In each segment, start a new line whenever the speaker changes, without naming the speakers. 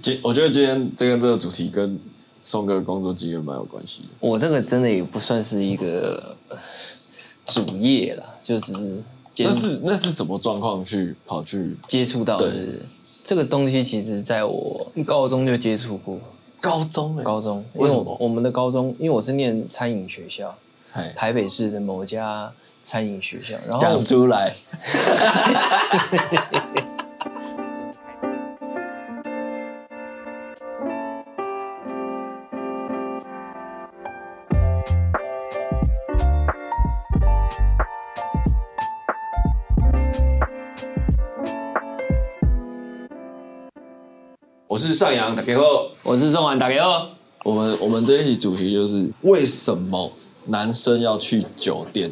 今我觉得今天这个这个主题跟宋哥的工作经验蛮有关系的。
我那个真的也不算是一个呃主业啦，就只是接
那是那是什么状况去跑去
接触到的这个东西。其实在我高中就接触过，
高中、欸？
高中因
为什
我
么
我们的高中，因为我是念餐饮学校，
哎，
台北市的某家餐饮学校，然后
讲出来。我是上扬，大家好。
我是中晚打给哦，
我们我们这一期主题就是为什么男生要去酒店？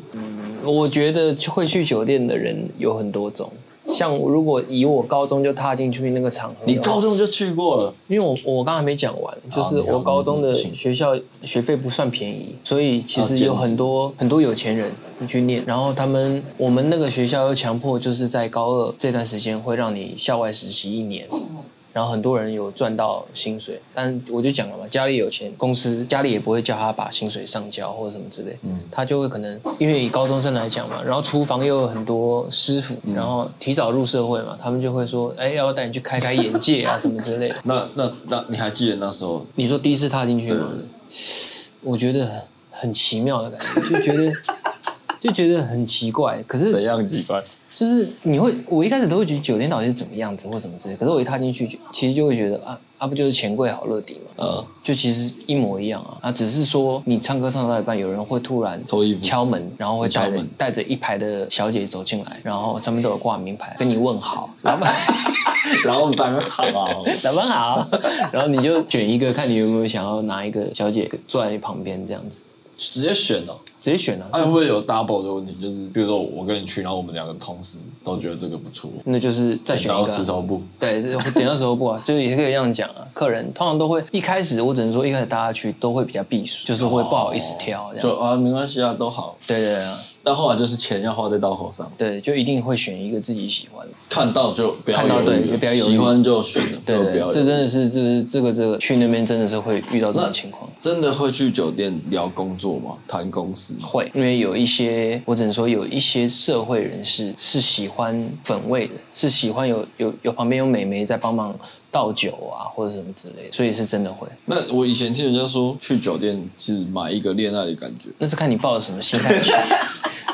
我觉得会去酒店的人有很多种。像如果以我高中就踏进去那个场合，
你高中就去过了，
因为我我刚才没讲完，就是
啊你好
我高中的
你请
学校学费不算便宜，所以其实
啊
有
兼职
很多很多有钱人去念，然后他们我们那个学校又强迫就是在高二这段时间会让你校外实习一年。然后很多人有赚到薪水，但我就讲了嘛，家里有钱，公司家里也不会叫他把薪水上交或者什么之类，
嗯
他就会可能因为以高中生来讲嘛，然后厨房又有很多师傅，
嗯
然后提早入社会嘛，他们就会说，哎，要不要带你去开开眼界啊什么之类的。
那那那你还记得那时候？
你说第一次踏进去吗
对？
我觉得很很奇妙的感觉，就觉得 就觉得很奇怪。可是
怎样奇怪？
就是你会，我一开始都会觉得酒店到底是怎么样子或什么之类，可是我一踏进去，就其实就会觉得啊啊不就是钱柜好乐迪嘛，
呃，
就其实一模一样啊啊，只是说你唱歌唱到一半，有人会突然
脱衣服
敲门，然后会带
敲
着
门
带着一排的小姐走进来，然后上面都有挂名牌，跟你 问好，老板。
老板好，啊
老板好， 然后你就选一个，看你有没有想要拿一个小姐坐在你旁边这样子，
直接选哦。
直接选啊，
哎、会不会有 double 的问题？就是比如说我跟你去，然后我们两个同时都觉得这个不错，
那就是再选
然
一
后
个
石
啊、
头布。
对，这点到时候不啊， 就是也可以这样讲啊。客人通常都会一开始，我只能说一开始大家去都会比较避暑，就是会不好意思挑这样。
就啊，没关系啊，都好。
对对对啊，
但后来就是钱要花在刀口上，
对，就一定会选一个自己喜欢的。
看到就不要
看到
犹豫
对
了，
不要犹豫
喜欢就选了，
对
就不
对，
要犹豫
这真的是这是这个这个去那边真的是会遇到这种
那
情况。
真的会去酒店聊工作吗？谈公司吗？
会，因为有一些，我只能说有一些社会人士是喜欢粉味的，是喜欢有有有旁边有美眉在帮忙倒酒啊，或者什么之类的，所以是真的会。
那我以前听人家说，去酒店是买一个恋爱的感觉。
那是看你抱着什么心态去。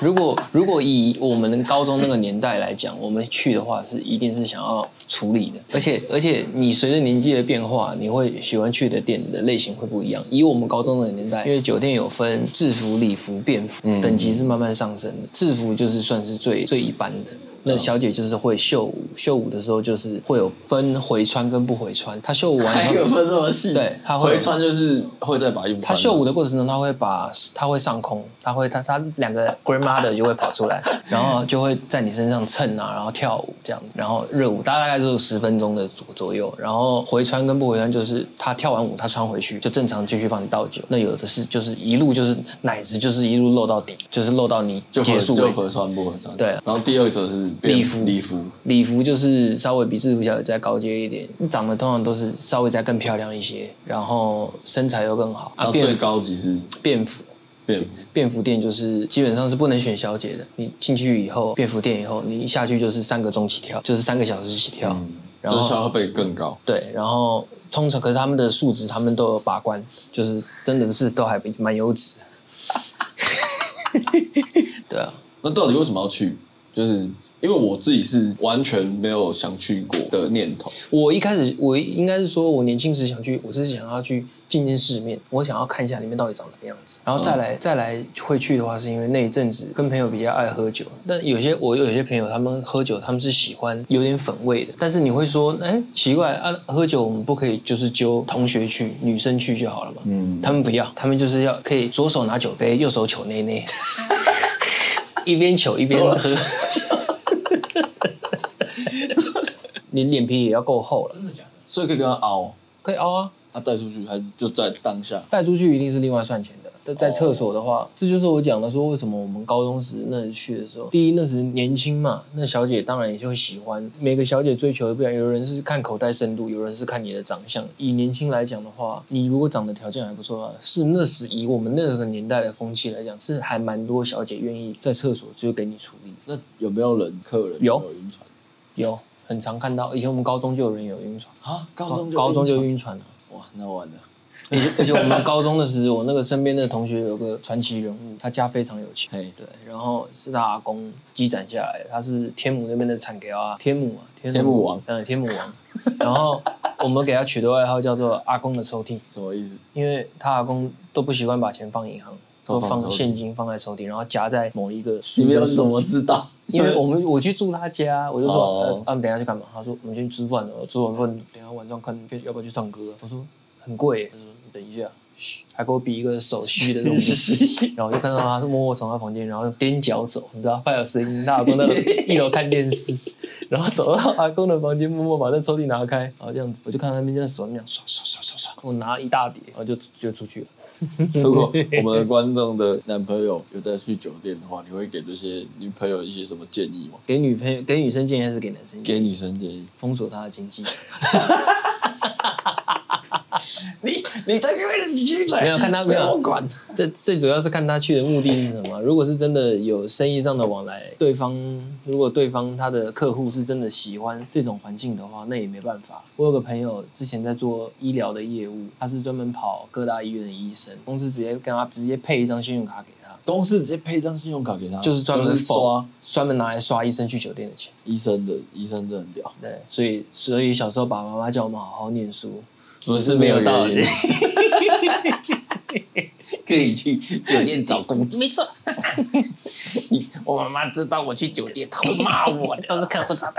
如果 如果以我们高中那个年代来讲，我们去的话是一定是想要处理的，而且而且你随着年纪的变化，你会喜欢去的店的类型会不一样。以我们高中的年代，因为酒店有分制服、礼服、便服，等级是慢慢上升的。制服就是算是最最一般的。那小姐就是会秀舞，秀舞的时候就是会有分回穿跟不回穿。她秀舞 完以后，
分这么细
对他会
回穿就是会再把衣服穿
他秀舞的过程中，他会把他会上空，他会他他两个 grandmother 就会跑出 来，然后就会在你身上蹭啊，然后跳舞这样子，然后热舞大概就是十分钟的左左右，然后回穿跟不回穿就是他跳完舞他穿回去就正常继续帮你倒酒，那有的是就是一路就是奶子就是一路漏到底，就是漏到你
就
结
合
束
就
为
合
止。
穿不合穿。
对
然后第二则是便
礼服
礼服，
礼服就是稍微比制服小姐再高阶一点，长得通常都是稍微再更漂亮一些，然后身材又更好。
然后
啊，
最
便
高级是
便服。
便服。
便服店就是基本上是不能选小姐的。你进去以后，便服店以后，你一下去就是三个钟起跳，就是三个小时起跳。
嗯就
然后
是消费更高，
对，然后通常可是他们的素质，他们都有把关，就是真的是都还蛮优质。 对啊，
那到底为什么要去？就是因为我自己是完全没有想去过的念头，
我一开始我应该是说，我年轻时想去，我是想要去见见世面，我想要看一下里面到底长什么样子，然后再来、再来会去的话，是因为那一阵子跟朋友比较爱喝酒，但有些我有些朋友他们喝酒，他们是喜欢有点粉味的，但是你会说，哎，奇怪啊，喝酒我们不可以就是揪同学去、女生去就好了嘛？嗯，他们不要，他们就是要可以左手拿酒杯，右手求内内，一边求一边喝。 你脸皮也要够厚了。
所以可以跟他熬。
可以凹啊，
他带出去还是就在当下？
带出去一定是另外算钱的。但在厕所的话，这就是我讲的说，为什么我们高中时那时去的时候，第一那时年轻嘛，那小姐当然也就会喜欢，每个小姐追求的不一样，有人是看口袋深度，有人是看你的长相。以年轻来讲的话，你如果长得条件还不错啊，是那时以我们那个年代的风气来讲，是还蛮多小姐愿意在厕所就给你处理。
那有没有人客人
有
有晕船
有很常看到，以前我们高中就有人有晕船，
啊？高中就
哦高中就
船
晕船了。啊
哇，那完了。
而且而且我们高中的时候，我那个身边的同学有个传奇人物，他家非常有钱，
嘿，
对，然后是他阿公积攒下来的，他是天母那边的产给啊，天母啊，天
天母王
嗯，天母王。然后我们给他取的外号叫做阿公的抽屉，
什么意思？
因为他阿公都不习惯把钱放银行，
都
都
放
放
抽屉
现金放在抽屉，然后夹在某一个
你
塑
们
料
要怎么知道？
因为我们我去住他家，我就说，
哦
呃啊，我们等一下去干嘛？他说我们先去吃饭了，吃完饭等一下晚上看要不要去唱歌。我说很贵耶，他说你等一下，嘘还给我比一个手虚的东西。然后我就看到他是默默从他房间，然后用踮脚走，你知道，怕有声音，他阿公在一楼看电视，然后走到阿公的房间，默默把那抽屉拿开，然后这样子，我就看到他那边在手那样刷刷刷刷刷，我拿了一大叠，然后就就出去了。
如果我们的观众的男朋友有在去酒店的话，你会给这些女朋友一些什么建议吗？
给女朋友给女生建议还是给男生建议？
给女生建议。
封锁他的经济。
你你在给我去
没有看他没有
不管。
这最主要是看他去的目的是什么。如果是真的有生意上的往来，对方如果对方他的客户是真的喜欢这种环境的话，那也没办法。我有个朋友之前在做医疗的业务，他是专门跑各大医院的医生，公司直接跟他直接配一张信用卡给他，
公司直接配一张信用卡给他，
就是专门
刷
专门拿来刷医生去酒店的钱。
医生的，医生真的很屌，
对，所以所以小时候爸爸妈妈叫我们好好念书，
不
是没有道理。
可以去酒店找工作，
没错，
我妈妈知道我去酒店，她会骂我的。
都是客户找的。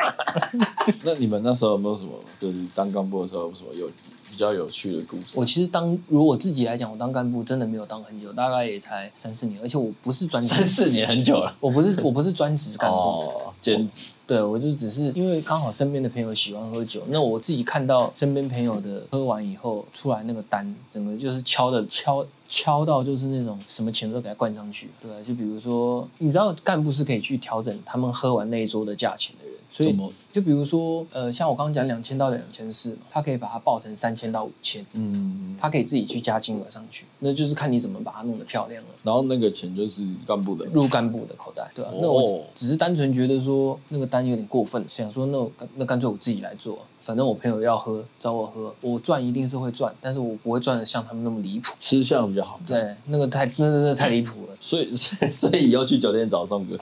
那你们那时候有没有什么，就是当干部的时候有什么有比较有趣的故事
我？其实当如果我自己来讲，我当干部真的没有当很久，大概也才三四年，而且我不是专
三
职，
四年很久了，
我不是我不是专职干部，
哦，兼职
对我就只是因为刚好身边的朋友喜欢喝酒，那我自己看到身边朋友的喝完以后出来那个单，整个就是敲的敲敲到就是那种什么钱都给他灌上去，对，啊就比如说你知道干部是可以去调整他们喝完那一桌的价钱的人，所
怎
以
么？
就比如说呃像我刚刚讲两千到两千四嘛，他可以把它报成三千到五千。
嗯，
他可以自己去加金额上去，那就是看你怎么把它弄得漂亮了。
然后那个钱就是干部的，
入干部的口袋，对吧、
哦
那我只是单纯觉得说那个单有点过分，想说那我干那干脆我自己来做，反正我朋友要喝找我喝，我赚一定是会赚，但是我不会赚的像他们那么离谱。
吃相比较好看。
对，那个太那真的太离谱了，
所以 所以以后去酒店找宋哥，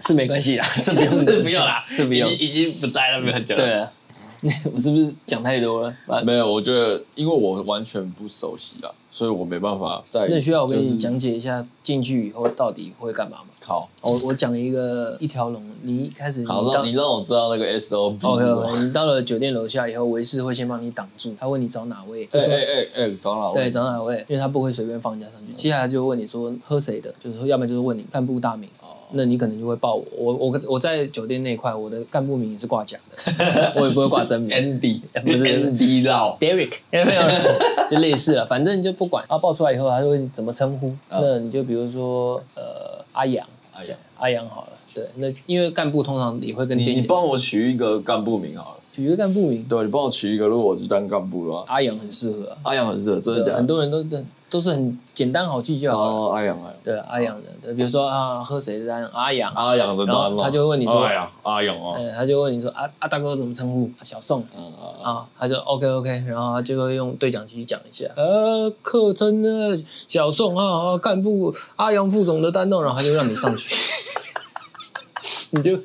是没关系啦， 是不用
是不用啦
是不用。
已经不在那边很久了。
对啊，我是不是讲太多了？啊
没有，我觉得因为我完全不熟悉啊，所以我没办法再。
那需要我跟
就是
你讲解一下进去以后到底会干嘛吗？
靠。
我我讲一个一条龙，你一开始你
好，
到
让你让我知道那个 SOP 是
OK
什么。
OK，你到了酒店楼下以后，维士会先帮你挡住，他问你找哪位，就
哎
说、
哎哎哎，长老，
对找哪位，因为他不会随便放人家上去。接下来就问你说喝谁的，就是说要不然就是问你干部大名。
哦
那你可能就会报我，我我我在酒店那一块，我的干部名也是挂假 的，我也不会挂真名。
Andy，
不是
Andy 绕，
Derek 没有啦，就类似了，反正就不管。他报出来以后，他就会怎么称呼？
嗯
那你就比如说呃阿阳，
哎
这
呀
样，阿阳好了。对，那因为干部通常也会跟
你
店
你
家
帮我取一个干部名好了。
取一个干部名，
对，你帮我取一个，如果我去当干部的话，
阿阳很适合、啊。
阿阳很适合，真的
对，
假
很
的？
多人都都都是很简单好记就好了。
哦，阿阳，阿阳，
对阿阳的，对，比如说啊，喝谁的单？阿阳，
阿阳的
然后
单
他就会问你说
阿阳，阿阳哦，
嗯，他就问你说啊啊大哥怎么称呼？啊小宋
嗯嗯嗯
啊，他就 OK OK，然后他就会用对讲机讲一下，呃，客称呢小宋啊，啊干部阿阳副总的单哦，然后他就让你上去， 你就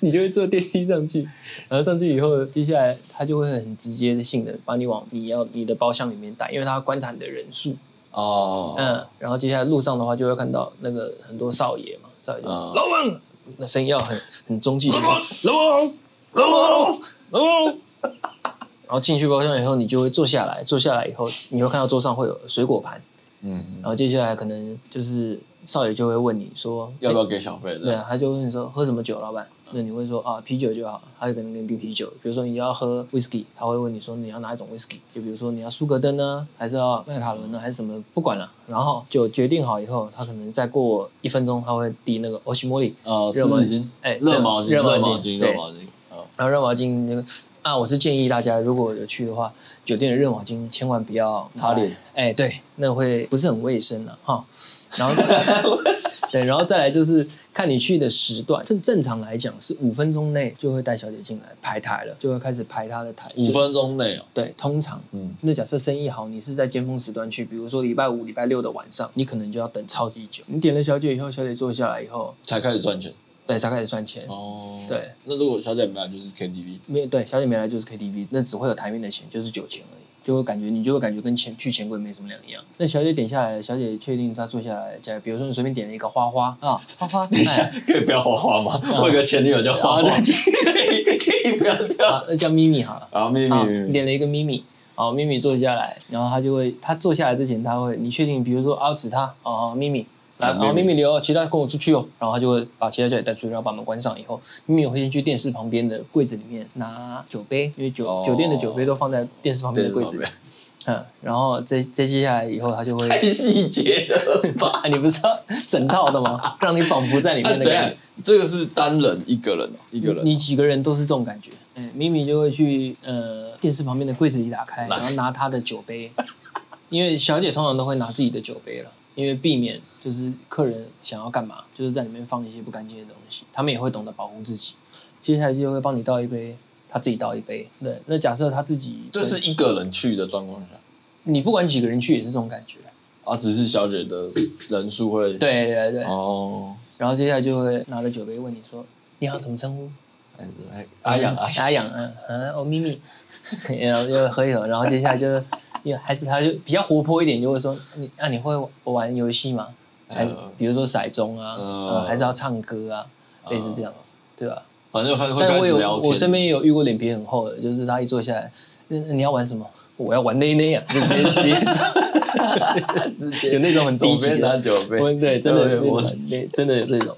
你就会坐电梯上去，然后上去以后，接下来他就会很直接性的把你往你要你的包厢里面带，因为他要观察你的人数。
哦，
嗯，然后接下来路上的话，就会看到那个很多少爷嘛，少爷就、
嗯
老王，那声音要很很中 气十足。
老王，老王，老王，
然后进去包厢以后，你就会坐下来，坐下来以后，你会看到桌上会有水果盘，
嗯，
然后接下来可能就是少爷就会问你说，
要不要给小费？
对啊，他就问你说喝什么酒，老板？那你会说啊啤酒就好，他就可能给你啤啤酒。比如说你要喝 whisky，他会问你说你要哪一种 whisky，就比如说你要苏格登呢，还是要麦卡伦啊呢，还是什么？不管了，然后就决定好以后，他可能再过一分钟他会递那个欧西莫里，
呃，
热
湿
毛
纸巾，
哎
热毛巾，
热
热
毛
毛
巾
巾，
对
热毛巾，啊，
然后热毛巾那个啊，我是建议大家如果有去的话，酒店的热毛巾千万不要拿
擦脸。
哎，对，那会不是很卫生了、哈。然 后对，然后再来就是看你去的时段，正正常来讲是五分钟内就会带小姐进来排台了，就会开始排她的台。
五
就
分钟内哦，
对，通常。
嗯，
那假设生意好，你是在尖峰时段去，比如说礼拜五、礼拜六的晚上，你可能就要等超级久。你点了小姐以后，小姐坐下来以后，
才开始赚钱
对，才开始算钱。
哦。
对，
那如果小姐没来，就是 KTV，
没有对，小姐没来就是 KTV，那只会有台面的钱，就是酒钱而已，就会感觉你就会感觉跟钱去钱柜没什么两样。那小姐点下来，小姐确定她坐下来，假如比如说你随便点了一个花花啊，花花，
等一下
哎，
可以不要花花
嗯
吗？我有个前女友叫花花，
啊
可以不要这样
啊，那叫咪咪好了，
啊，秘
啊，
密
你点了一个咪咪。哦，咪咪坐下来，然后她就会，她坐下来之前，她会，你确定，比如说啊，指她，哦，哦咪咪，来，
啊咪咪
哦，咪咪留哦，其他跟我出去哦，然后她就会把其他小姐带出去，然后把门关上以后，咪咪会先去电视旁边的柜子里面拿酒杯，因为酒、
哦
酒店的酒杯都放在电视旁边的柜子里，嗯，然后这这接下来以后，他就会，
太细节了吧？
啊、 你不是要整套的吗？让你仿佛在里
啊
面的
等一下
感觉。，
这个是单人一个人哦，一个人
你几个人都是这种感觉。嗯，咪咪就会去呃电视旁边的柜子里打开，然后拿她的酒杯，因为小姐通常都会拿自己的酒杯了，因为避免就是客人想要干嘛，就是在里面放一些不干净的东西，他们也会懂得保护自己。接下来就会帮你倒一杯，她自己倒一杯。对，那假设她自己
这是一个人去的状况下
你不管几个人去也是这种感觉。
啊，只是小姐的人数会
对对对，
哦，
然后接下来就会拿着酒杯问你说：“你好，怎么称呼
哎哎？”阿阳阿阳，
阿阳，嗯嗯，哦，咪 咪，然后就喝一喝，然后接下来就，因为还是他就比较活泼一点，就会说：“你啊，你会玩游戏吗？还是
嗯
比如说骰盅啊，
嗯
呃还是要唱歌啊，类似这样子，对吧？”
反正会嗯会
但
开
我
始
有
聊天。
我身边也有遇过脸皮很厚的，就是他一坐下来，嗯，你要玩什么？我要玩内内啊，就直接直接
之
走，有那种很低
左
级
边拿
的，
酒杯，
我对，真的
对我
对真的有这种。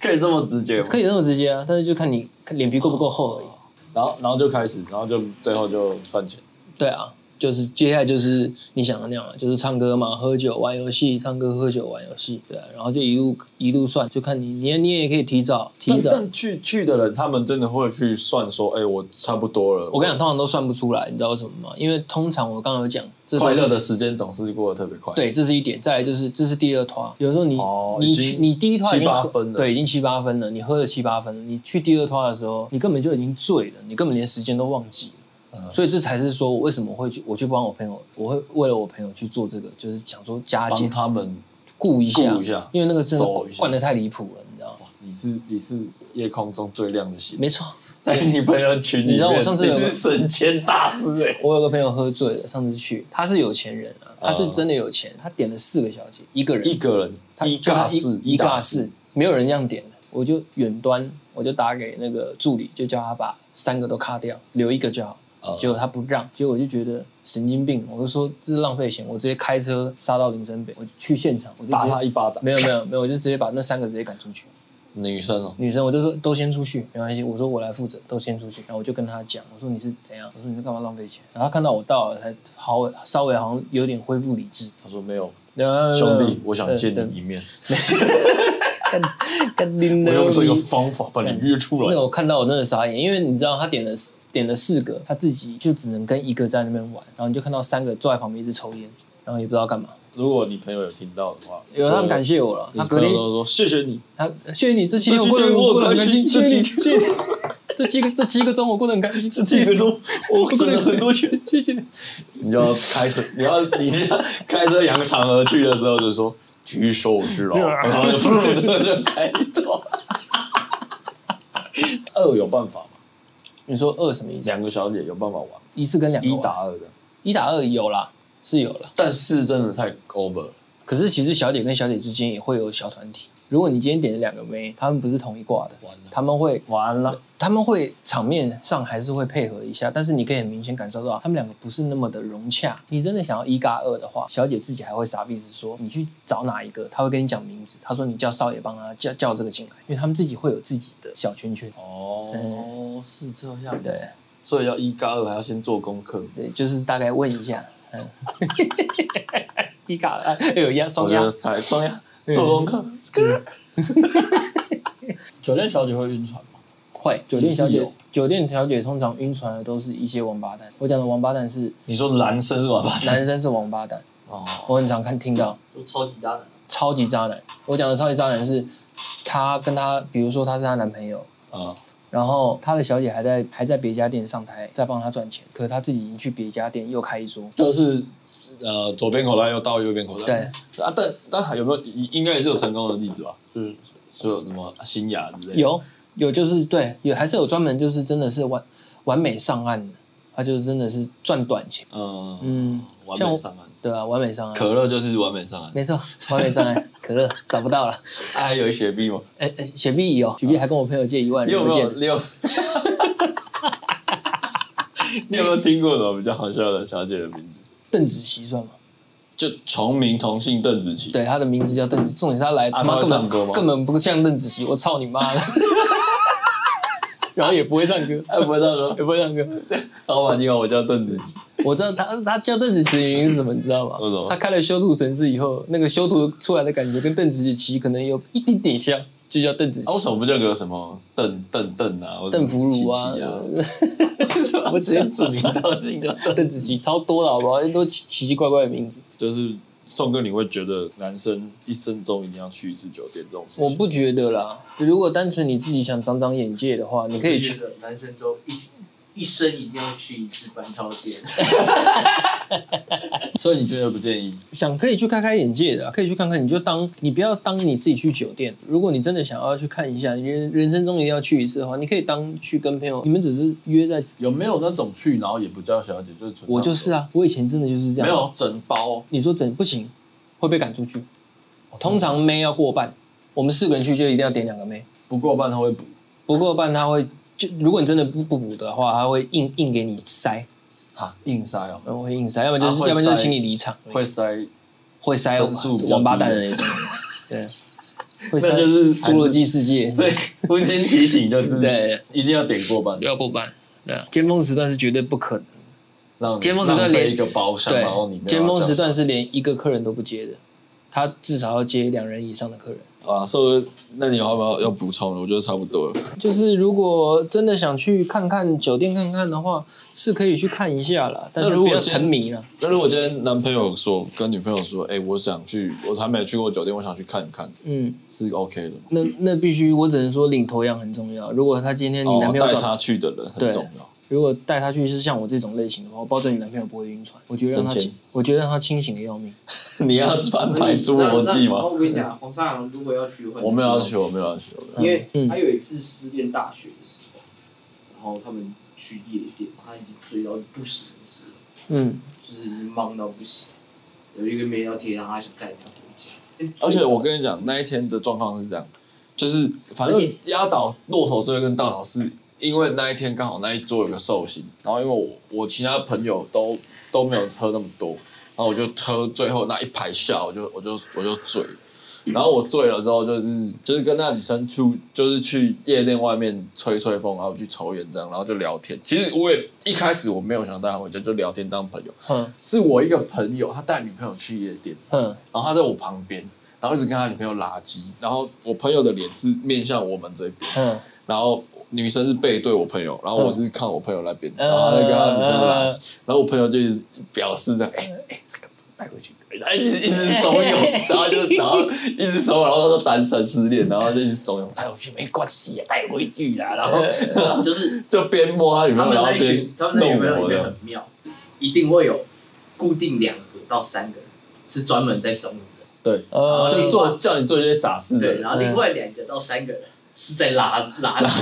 可以这么直接吗？
可以那么直接啊，但是就看你看脸皮够不够厚而已。
然后然后就开始，然后就最后就赚钱。
对啊，就是接下来就是你想的那样啊，就是唱歌嘛，喝酒玩游戏，唱歌喝酒玩游戏，对、啊，然后就一路一路算，就看你你你也可以提早提
但
早。
但去去的人，他们真的会去算说，哎、我差不多了。
我跟你讲，通常都算不出来，你知道为什么吗？因为通常我刚刚有讲，这都
快
是
乐的时间总是过得特别快。，
对，这是一点。再来就是，这是第二团，有时候你、
哦
你
已
去
经
你第一团已经
七八
喝
分了
对，已经七八分了，你喝了七八分了，你去第二团的时候，你根本就已经醉了，你根本连时间都忘记了。
嗯
所以这才是说我为什么会去，我去帮我朋友，我会为了我朋友去做这个，就是想说加
帮
减
他们。
顾一下，
顾一下
因为那个真的
收一下
灌的太离谱了，你知道吗？
你是你是夜空中最亮的星，
没错，
在你朋友群里面，
你知道我上次有
你
个
是神仙大师哎、
我有个朋友喝醉了，上次去，他是有钱人啊，他是
嗯
真的有钱，他点了四个小姐，一个人
一个人
他
一
就他
尬四
一
尬
尬四，没有人这样点的。我就远端，我就打给那个助理，就叫他把三个都卡掉，留一个就好
哦。
结果他不让，结果我就觉得神经病，我就说这是浪费钱，我直接开车杀到林森北，我去现场，我就直
打
接
他一巴掌。
没有没有没有，我就直接把那三个直接赶出去。
女生哦、
女生，我就说都先出去，没关系，我说我来负责，都先出去。然后我就跟她讲，我说你是怎样，我说你是干嘛浪费钱。然后她看到我到了，才好稍微好像有点恢复理智。呃
他说没有，兄
兄
弟，我
嗯
想见你一面，
干你
我
娘
用这个
逼
方法把你约出
那
来。
我看到我真的傻眼，因为你知道他点了四点了四个，他自己就只能跟一个在那边玩，然后你就看到三个坐在旁边一直抽烟，然后也不知道干嘛。
如果你朋友有听到的话，
有他们感
谢，
谢我了，他
你
隔
朋友
天
都说谢谢你，
他谢谢你这期
啊这
天
期
我过得
天我
过得
很
很开
开
心，
心
谢谢你
这期
谢谢你，这七个这七个钟我过得很开心，
这这个钟我省了很多钱。
谢谢你。
你就要开 车，你要你就要开车扬长而去的时候，就说举手之 劳，然后就 噗就就开走。 二有办法吗？
你说二什么意思？
两个小姐有办法玩，
一次跟两个
一
玩
打二的，
一打二有啦，是有了。
但是真的太 over 了。
可是其实小姐跟小姐之间也会有小团体，如果你今天点了两个妹，他们不是同一挂的
完了，
他们会呃
完了，
他们会场面上还是会配合一下，但是你可以很明显感受到他们两个不是那么的融洽。你真的想要一嘎二的话，小姐自己还会傻逼子说你去找哪一个，她会跟你讲名字，她说你叫少爷帮她叫叫这个进来，因为他们自己会有自己的小圈圈。
哦，是这样，
对
所以要一加二还要先做功课。
对，就是大概问一 下， 嗯，一嘎二，哎呦压
我
双
觉
压
得，才啊双鸭做功课，嗯
酒店小姐会晕船吗？
会酒店小
也是
姐
有，
酒店小姐通常晕船的都是一些王八蛋。我讲的王八蛋 是
你说男生是王八蛋
男生是王八蛋，
哦，
我很常看听到。
就超级渣男，
超级渣男。我讲的超级渣男是，她跟她，比如说她是她男朋友，
啊，
然后她的小姐还在还在别家店上台，在帮她赚钱，可是她自己已经去别家店又开一桌。
就是呃左边口袋又到右边口袋，
对，
啊，但但还有没有应该也是有成功的例子吧？就是是有什么啊新雅之类的，
嗯有有就是对，有还是有专门就是真的是完完美上岸的，她就是真的是赚短钱，
嗯
嗯
完
像
美
我
上岸，
对啊，完美上岸，
可乐就是完美上岸。
没错，完美上岸。可乐找不到了，
哎，有一雪碧吗？哦
哎哎，雪碧有，雪碧还跟我朋友借一万，
你有没
借
有
的？
你有？ 你有没有听过什么比较好笑的小姐的名字？
邓紫棋算吗？
就重名同姓邓紫棋，
对，她的名字叫邓紫，重点是她来他
啊她
妈
会
根
唱歌吗
本根本不像邓紫棋，我操你妈 的！然后也不会唱歌，
哎，不是他说，
也不会唱歌。
老板你哦好，我叫邓紫棋。
我知道她她叫邓紫棋的原因是什么，你知道吗
为什么？
她开了修图程式以后，那个修图出来的感觉跟邓紫棋可能有一点点像，就叫邓紫棋
啊，为。什么不叫个什么邓邓邓啊，或者
邓福如啊
琪琪啊，
我直接指名道姓
啊
的邓紫棋超多了，好不好？都奇奇奇怪怪的名字，
就是宋哥，你会觉得男生一生中一定要去一次酒店这种事
我
情？
不觉得啦。如果单纯你自己想长长眼界的话，你可以去
觉得男生都一一生一定要去一次板桥店，
所以你觉得不建议？
想可以去开开眼界的啊、可以去看看。你就当你不要当你自己去酒店，如果你真的想要去看一下，你人人生中一定要去一次的话，你可以当去跟朋友，你们只是约在。
有没有那种去然后也不叫小姐，就是纯
我就是啊，我以前真的就是这样。
没，有整包哦
你说整不行，会被赶出去。通常妹要过半，我们四个人去就一定要点两个妹，
不过半他会补，
不过半他会就如果你真的不不补的话，他会硬硬给你塞，
啊，硬塞哦，
然后会硬塞，要么就是、
啊会
要么就是
塞
请你离场，
会塞
会塞
分数比较
王八蛋
低
的那种，对，会塞
那就是
侏罗纪世界，
所以温馨提醒就是，
对，
一定要点过半，
要过半。对啊，尖峰时段是绝对不可能。
让你
尖峰时段
浪费
连
一个包厢，然后你
啊
对，
没有
尖
要
峰
叫
时段是连一个客人都不接的，他至少要接两人以上的客人。
啊，所以那你要不要要补充？我觉得差不多了。
就是如果真的想去看看酒店看看的话，是可以去看一下啦，但
那
是
如
不
果
要
今
沉迷了。
那如果今天男朋友说跟女朋友说，哎、我想去，我还没去过酒店，我想去看一看，
嗯，
是 OK 的吗。
那那必须，我只能说领头羊很重要。如果他今天你男
哦，
朋友
带
找，
他去的人很
对
重要。
如果带他去是像我这种类型的话，我保证你男朋友不会晕船。我觉得让他
省钱
清，我觉得让他清醒的要命。
你要 翻拍侏罗纪
那那那
吗？
我跟你讲，黄山羊如果要娶婚，
我没有要去，我哦没有要去。我没有要去
因为他有一次失恋大学的时候，然后他们去夜店，他已经醉到不省人事了，
嗯，
就是已经忙到不行。有一个妹要贴他，他想带人家哎回家。
而且我跟你讲，那一天的状况是这样，就是反
而
正
且
压倒骆驼最后跟稻草是因为那一天刚好那一桌有个寿星，然后因为我我其他朋友都都没有喝那么多，然后我就喝最后那一排下，我就我就我就醉，然后我醉了之后就是就是跟那女生出就是去夜店外面吹吹风，然后去抽烟这样，然后就聊天。其实我也一开始我没有想带她回家，就聊天当朋友。
哼
是我一个朋友，他带女朋友去夜店。
哼，
然后他在我旁边，然后一直跟他女朋友拉鸡，然后我朋友的脸是面向我们这边，
哼。
然后女生是背对我朋友，然后我是看我朋友那边，然后他在跟他女朋友拉鸡，然后我朋友就一直表示这样，哎、哎、这个这个带回去，然后一直一直怂 恿，然后就然后一直怂恿，然后他说单身失恋，然后就一直怂恿带回去没关系啊，带回去啦，然 后
就是
就边摸他女
他
朋
们
友，然后
那一
边
群，他们那群朋
弄
友
我这
里
样
面很。妙，一定会有固定两个到三个人是专门在怂恿的，
对，
呃
就做叫你做一些傻事的
对，
人，
然后另外两个到三个人是在拉拉住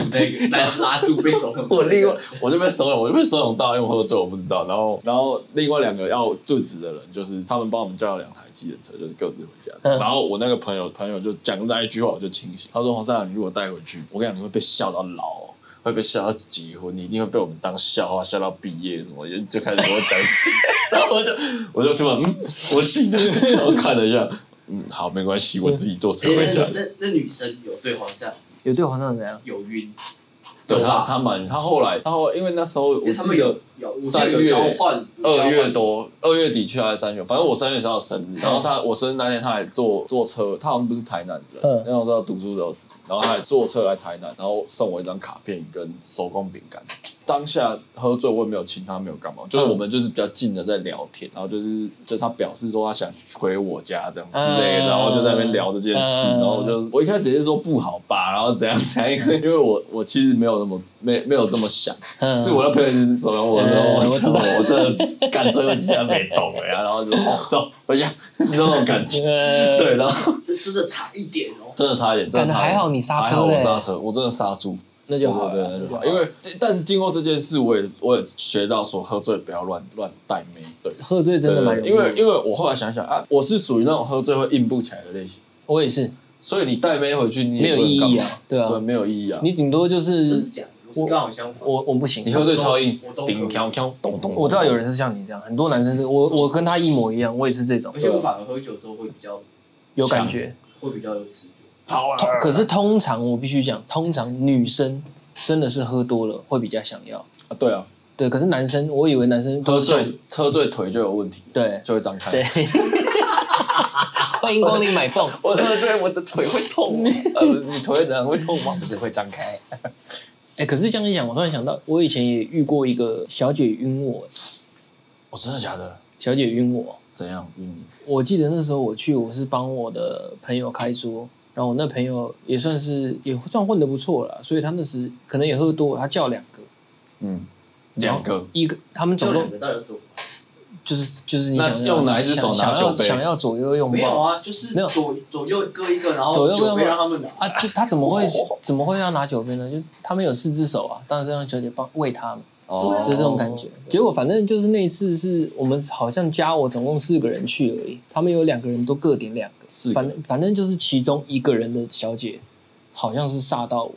那个拉拉住被怂恿。
我另外 我就被怂恿，我就被怂恿到，因为我喝醉我不知道。然后然后另外两个要制止的人，就是他们帮我们叫了两台机人车，就是各自回家。
嗯
然后我那个朋友朋友就讲那一句话，我就清醒。他说：“黄山，你如果带回去，我跟你讲，你会被笑到老哦、会被笑到结婚，你一定会被我们当笑话笑到毕业什么，就就开始跟我讲。 然后我就我就突然嗯，我信了，然后看了一下，嗯，好，没关系，我自己坐车
哎
回家。
那那那女生有对黄夏
有对皇上怎样？
有晕，
对
有
他
吧
他蛮他后来他后来因为那时候我
因为他
记
们
得
有有我记
三
得有
月
交换，有交
二
换
月多二月底去还是三月，反正我三月十号生
嗯
日，然后他我生日那天他还坐坐车，他好像不是台南人，
嗯
那时候要读书的时候，然后他还坐车来台南，然后送我一张卡片跟手工饼干。当下喝醉，我也没有亲他，没有干嘛，
嗯
就是我们就是比较近的在聊天，然后就是就他表示说他想回我家这样之类的，
嗯
然后就在那边聊这件事，然
嗯
后我就我一开始也是说不好吧，然后怎样怎样，因为因为我我其实没有那么没没有这么想，
嗯
是我的朋友就是怂恿我说，
嗯
我
我知道
我真的干脆一下没懂哎、然后就说哦走回家，那种感觉。
呃，
对，然后
这真的差一点哦。
真的差一点，真
感
的
觉
差一点
还好你刹
还
车
好我
嘞，
刹车，我真的刹住。
那就好
对
了，
对对
那就好
对，因为但经过这件事，我也我也学到说喝醉不要乱乱带妹，对，
喝醉真的蛮容易，
对对对因为因为我后来想想啊，我是属于那种喝醉会硬不起来的类型，
我也是
所以你带妹回去你也
没有
不能
意
干嘛
义啊，对啊，
对，没有意义啊。
你顶多就
真
是
的假的？我是刚好相反。
嗯我我不行，
你喝醉超硬
我都，
顶锵锵咚咚。
我知道有人是像你这样，很多男生是我我跟他一模一样，我也是这种
而且我反而喝酒之后会比较
有感觉。
会比较有持久，
跑啊
通可是通常我必须讲，通常女生真的是喝多了会比较想要，
啊对啊，
对。可是男生，我以为男生
喝
都是
醉喝醉腿就有问题，
对
就会张开。
对。 欢迎光临买凤，
我喝醉，我的腿会 痛。呃，你腿怎样会痛吗？不是会张开。
哎，可是这样一讲，我突然想到，我以前也遇过一个小姐晕我，
哦，真的假的？
小姐晕我，
怎样晕你？
我记得那时候我去，我是帮我的朋友开桌，然后我那朋友也算是也算混得不错了，所以他那时可能也喝多，他叫两个，
嗯，
啊
两个。
一个他们
就
总
两
共
个大家都
就是就是你
那
想要
用哪一只手
想
拿
想要
酒杯
想要左右用
没有
抱
啊，就是
没有
左左右各一个，然
左右
后
各一个
酒杯让他们拿。
啊？就他怎么会怎么会要拿酒杯呢？就他们有四只手啊，当然是让小姐帮喂他们，
哦
就这种感觉。结果反正就是那一次是我们好像加我总共四个人去而已，他们有两个人都各点两个，
四个
反正反正就是其中一个人的小姐好像是煞到我。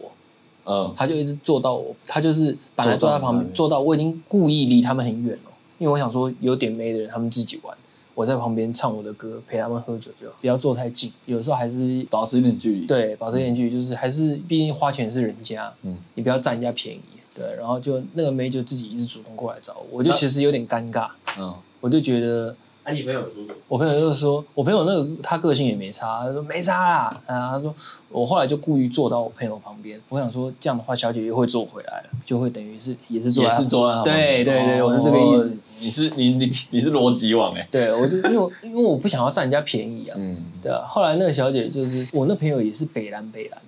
嗯，
他就一直坐到我，他就是本来坐在旁
坐到你那
边，
边
坐到我已经故意离他们很远了，因为我想说有点妹的人他们自己玩，我在旁边唱我的歌，陪他们喝酒就好，不要坐太近。有时候还是
保持一点距离。，
对保持一点距离，就是还是毕竟花钱是人家，
嗯，
你不要占人家便宜。对，然后就那个妹就自己一直主动过来找我，我就其实有点尴尬，
嗯，
我就觉得
啊，你朋友有说什么？
我朋友就说，我朋友那个他个性也没差，他说没差啦，啊，他说我后来就故意坐到我朋友旁边，我想说这样的话，小姐又会坐回来了，就会等于是也是坐
也
在
是坐在旁边
对对对
哦
我是这个意思。
你是你你你是逻辑王哎。
对我就因为我因为我不想要占人家便宜啊，
嗯，
对啊。后来那个小姐就是我那朋友也是北兰北兰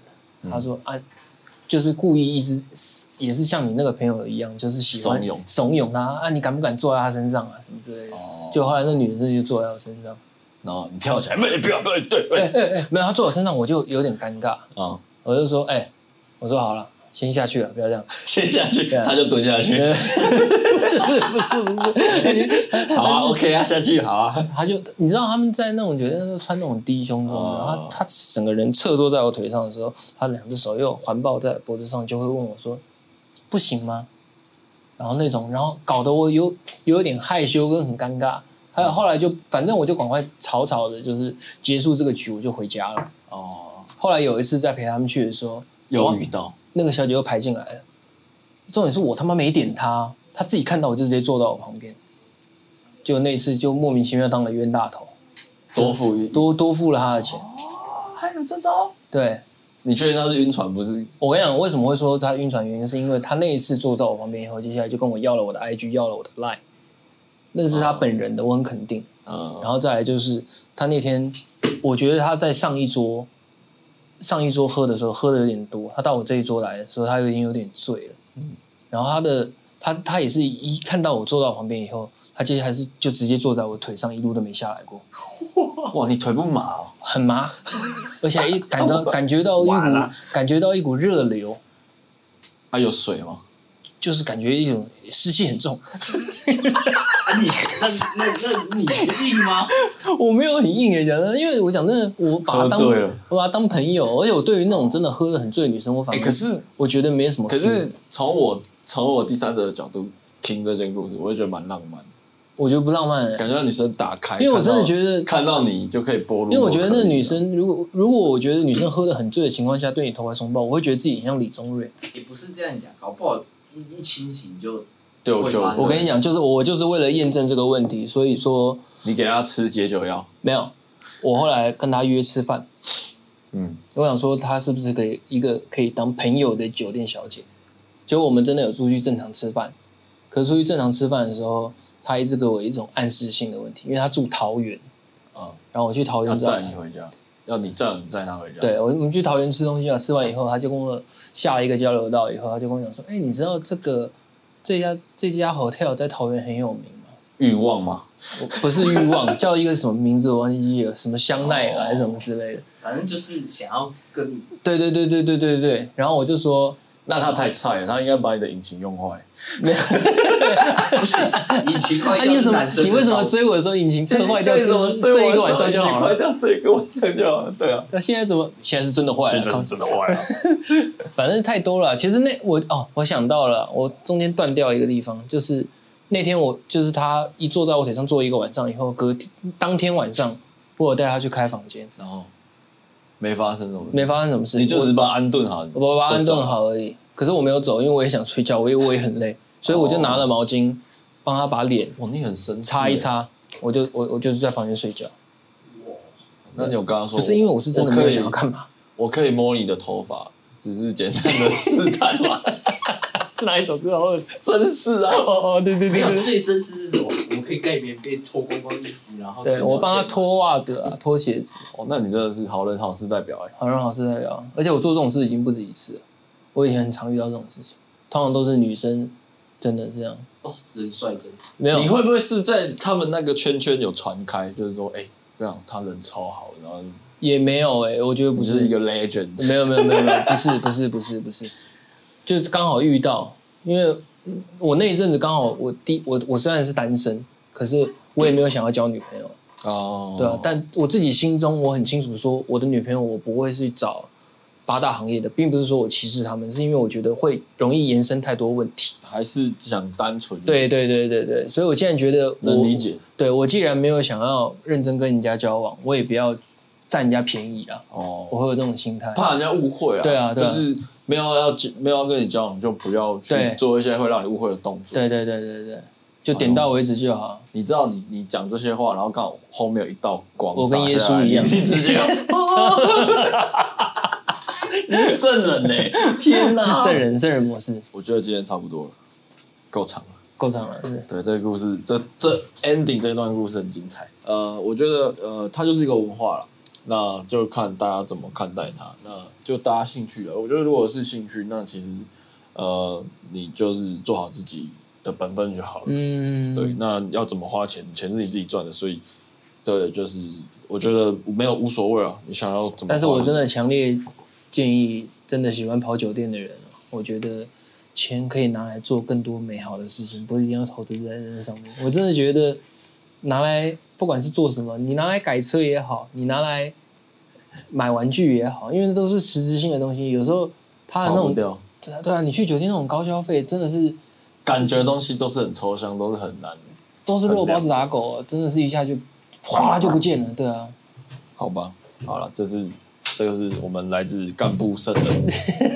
嗯
的，她说啊，就是故意一直也是像你那个朋友一样，就是喜欢
怂恿
怂恿她啊，你敢不敢坐在她身上啊什么之类的。
哦
就后来那女生就坐在我身上，
然后你跳起来，没不要不要，对
哎
对
哎哎，没有她坐我身上，我就有点尴尬。
啊，
我就说，哎、我说好了，先下去了，不要这样。
先下去
对，啊
他就蹲下去。
不是不是不是，
好啊，OK 啊，下去好啊。
他就你知道他们在那种酒店都穿那种低胸装的，然后
哦
他他整个人侧坐在我腿上的时候，他两只手又环抱在脖子上，就会问我说，不行吗？然后那种，然后搞得我有有一点害羞跟很尴尬。还有后来就，反正我就赶快草草的，就是结束这个局，我就回家了。
哦，
后来有一次在陪他们去的时候，
有遇到，
那个小姐又排进来了。重点是我他妈没点她，她自己看到我就直接坐到我旁边，就那一次就莫名其妙当了冤大头，
多富裕。
多多付了她的钱。
还有这招？
对
你确定他是晕船，不是
我跟你讲，为什么会说她晕船，原因是因为她那一次坐到我旁边以后，接下来就跟我要了我的 IG，要了我的 Line，那个是她本人的，我很肯定。
嗯，
然后再来就是他那天，我觉得他在上一桌，上一桌喝的时候喝的有点多，他到我这一桌来的时候，他已经有点醉了。然后他的他他也是一看到我坐到我旁边以后，他接还是就直接坐在我腿上，一路都没下来过，
哇，你腿不麻哦？
很麻，而且还一 感到感觉到一股
完了
感觉到一股热流，
啊，有水吗？
就是感觉一种湿气很 重。
啊你那那那你硬吗？
我没有很硬诶，讲真的，因为我讲真的，我把他
喝
当
醉了
我把他当朋友，而且我对于那种真的喝的很醉的女生，我反
哎，
而
可是
我觉得没什么。
可是从我从我第三者的角度听这件故事，我会觉得蛮浪漫的，
我觉得不浪漫、欸，
感觉到女生打开，
因为我真
看到
的觉得
看到你就可以拨入，
因为我觉得那女，生，如果如果我觉得女生喝的很醉的情况下对你投怀送抱，我会觉得自己很像李宗瑞。
也不是这样讲，搞不好一一清醒就
啊对，我就
会发
我跟你讲，就是我就是为了验证这个问题，所以说
你给她吃解酒药，
没有。我后来跟她约吃饭，
嗯，
我想说她是不是可以一个可以当朋友的酒店小姐？结果我们真的有出去正常吃饭，可是出去正常吃饭的时候，她一直给我一种暗示性的问题，因为她住桃园，
啊，
然后我去桃
要
园找她
载你回家，要你载你载她回家，，
对，我我们去桃园吃东西啊，吃完以后，他就跟我下一个交流道以后，他就跟我讲说：“哎、你知道这个这家这家 hotel 在桃园很有名吗？
欲望嘛，
我不是欲望， 叫一个什么名字我忘记了，什么香奈儿还是什么之类的。
反正就是想要跟 你
对对对对对对对。然后我就说，
那她太菜了，她应该把你的引擎用坏，
你奇怪，
啊，你
要是
什么
男？生
你
的
为什么
话
追我的时候引擎车坏掉，
为什么
睡一个晚上就好
快
了？
掉睡一个晚上就好了，对啊，
那现在怎么？现在是真的坏了，
现在是真的坏了，
反正太多了。其实那我哦，我想到了，我中间断掉一个地方，就是那天我就是他一坐在我腿上坐一个晚上以后，隔天当天晚上我有带他去开房间，
然后没发生什么，
没发生什么事，
你就只是把她安顿好，
我我把他安
就
顿
走，
好而已。可是我没有走，因为我也想睡觉，我也我也很累，所以我就拿了毛巾帮他把脸
哇，你很生气，
擦一，擦，我就我我就是在房间睡觉，
哇
那你有跟她说，
不是因为我是真的
哦我
没
可
有
以
想要干嘛，
我可以摸你的头发，只是简单的试探 嘛，
是哪一首歌啊？我
真是啊。
哦哦，对对
没
对
有
对。
最绅士是什么？我们可以盖棉被，脱光光衣服，然后去
对，我帮他
聊天。
脱袜子啊，脱鞋子，
哦，那你真的是好人好事代表哎、
好人好事代表，而且我做这种事已经不止一次了。我以前很常遇到这种事情，通常都是女生真的这样，
哦，人帅真好，
没有
你会不会是在他们那个圈圈有传开，就是说，哎、这样他人超好，然后
也没有哎、我觉得不
你是
是
一，个 legend，
没有没有没有没 有，不是不是不是不是，就是刚好遇到，因为嗯我那一阵子刚好我第我我虽然是单身，可是我也没有想要交女朋友，
哦，
对啊，但我自己心中我很清楚，说我的女朋友我不会去找八大行业的，并不是说我歧视他们，是因为我觉得会容易延伸太多问题。
还是想单纯，，
对对对对对，所以我既然觉得我
能理解，
对我既然没有想要认真跟人家交往，我也不要占人家便宜啊，我
哦，
会有这种心态。
怕人家误会啊，
对啊对啊
就是没有要没有要跟你交往，就不要
对
去做一些会让你误会的动作。
对对对对
哎
对，就点到为止就好。
你知道你你讲这些话，然后刚好后面有一道光，
我跟耶稣一样
直接， 你是圣人呢、天哪
圣人圣人模式
我觉得今天差不多了，够长了。
够长了，是不是
对，这个故事，这这 ending 这段故事很精彩。呃，我觉得呃，它就是一个文化了，那就看大家怎么看待它，那就大家兴趣了。啊我觉得如果是兴趣，那其实呃，你就是做好自己的本分就好了。
嗯，
对，那要怎么花钱，钱是你自己赚的，所以对，就是我觉得没有无所谓啊，你想要怎么花？
但是我真的强烈建议，真的喜欢跑酒店的人啊，我觉得钱可以拿来做更多美好的事情，不是一定要投资在那上面。我真的觉得拿来不管是做什么，你拿来改车也好，你拿来买玩具也好，因为那都是实质性的东西。有时候他的那
逃不
种
掉，
对啊对啊，你去酒店那种高消费，真的是
感觉东西都是很抽象，都是很难的，
都是肉包子打狗、啊，真的是一下就哗就不见了。对啊，
好吧？好了，这是这个是我们来自干部圣人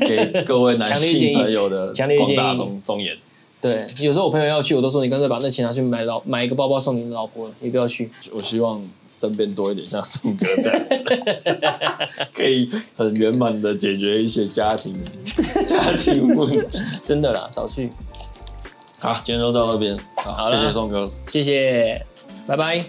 给 各位男
强烈建
性
议
朋友的
强烈
哎广大
建议
忠忠言。
对，有时候我朋友要去，我都说你干脆把那钱拿去买老买一个包包送你老婆，也不要去。
我希望身边多一点像宋哥这样的人，可以很圆满的解决一些家庭家庭问题。
真的啦，少去。
好，今天就到这边，好
好啦
谢谢宋哥。
谢谢，拜拜。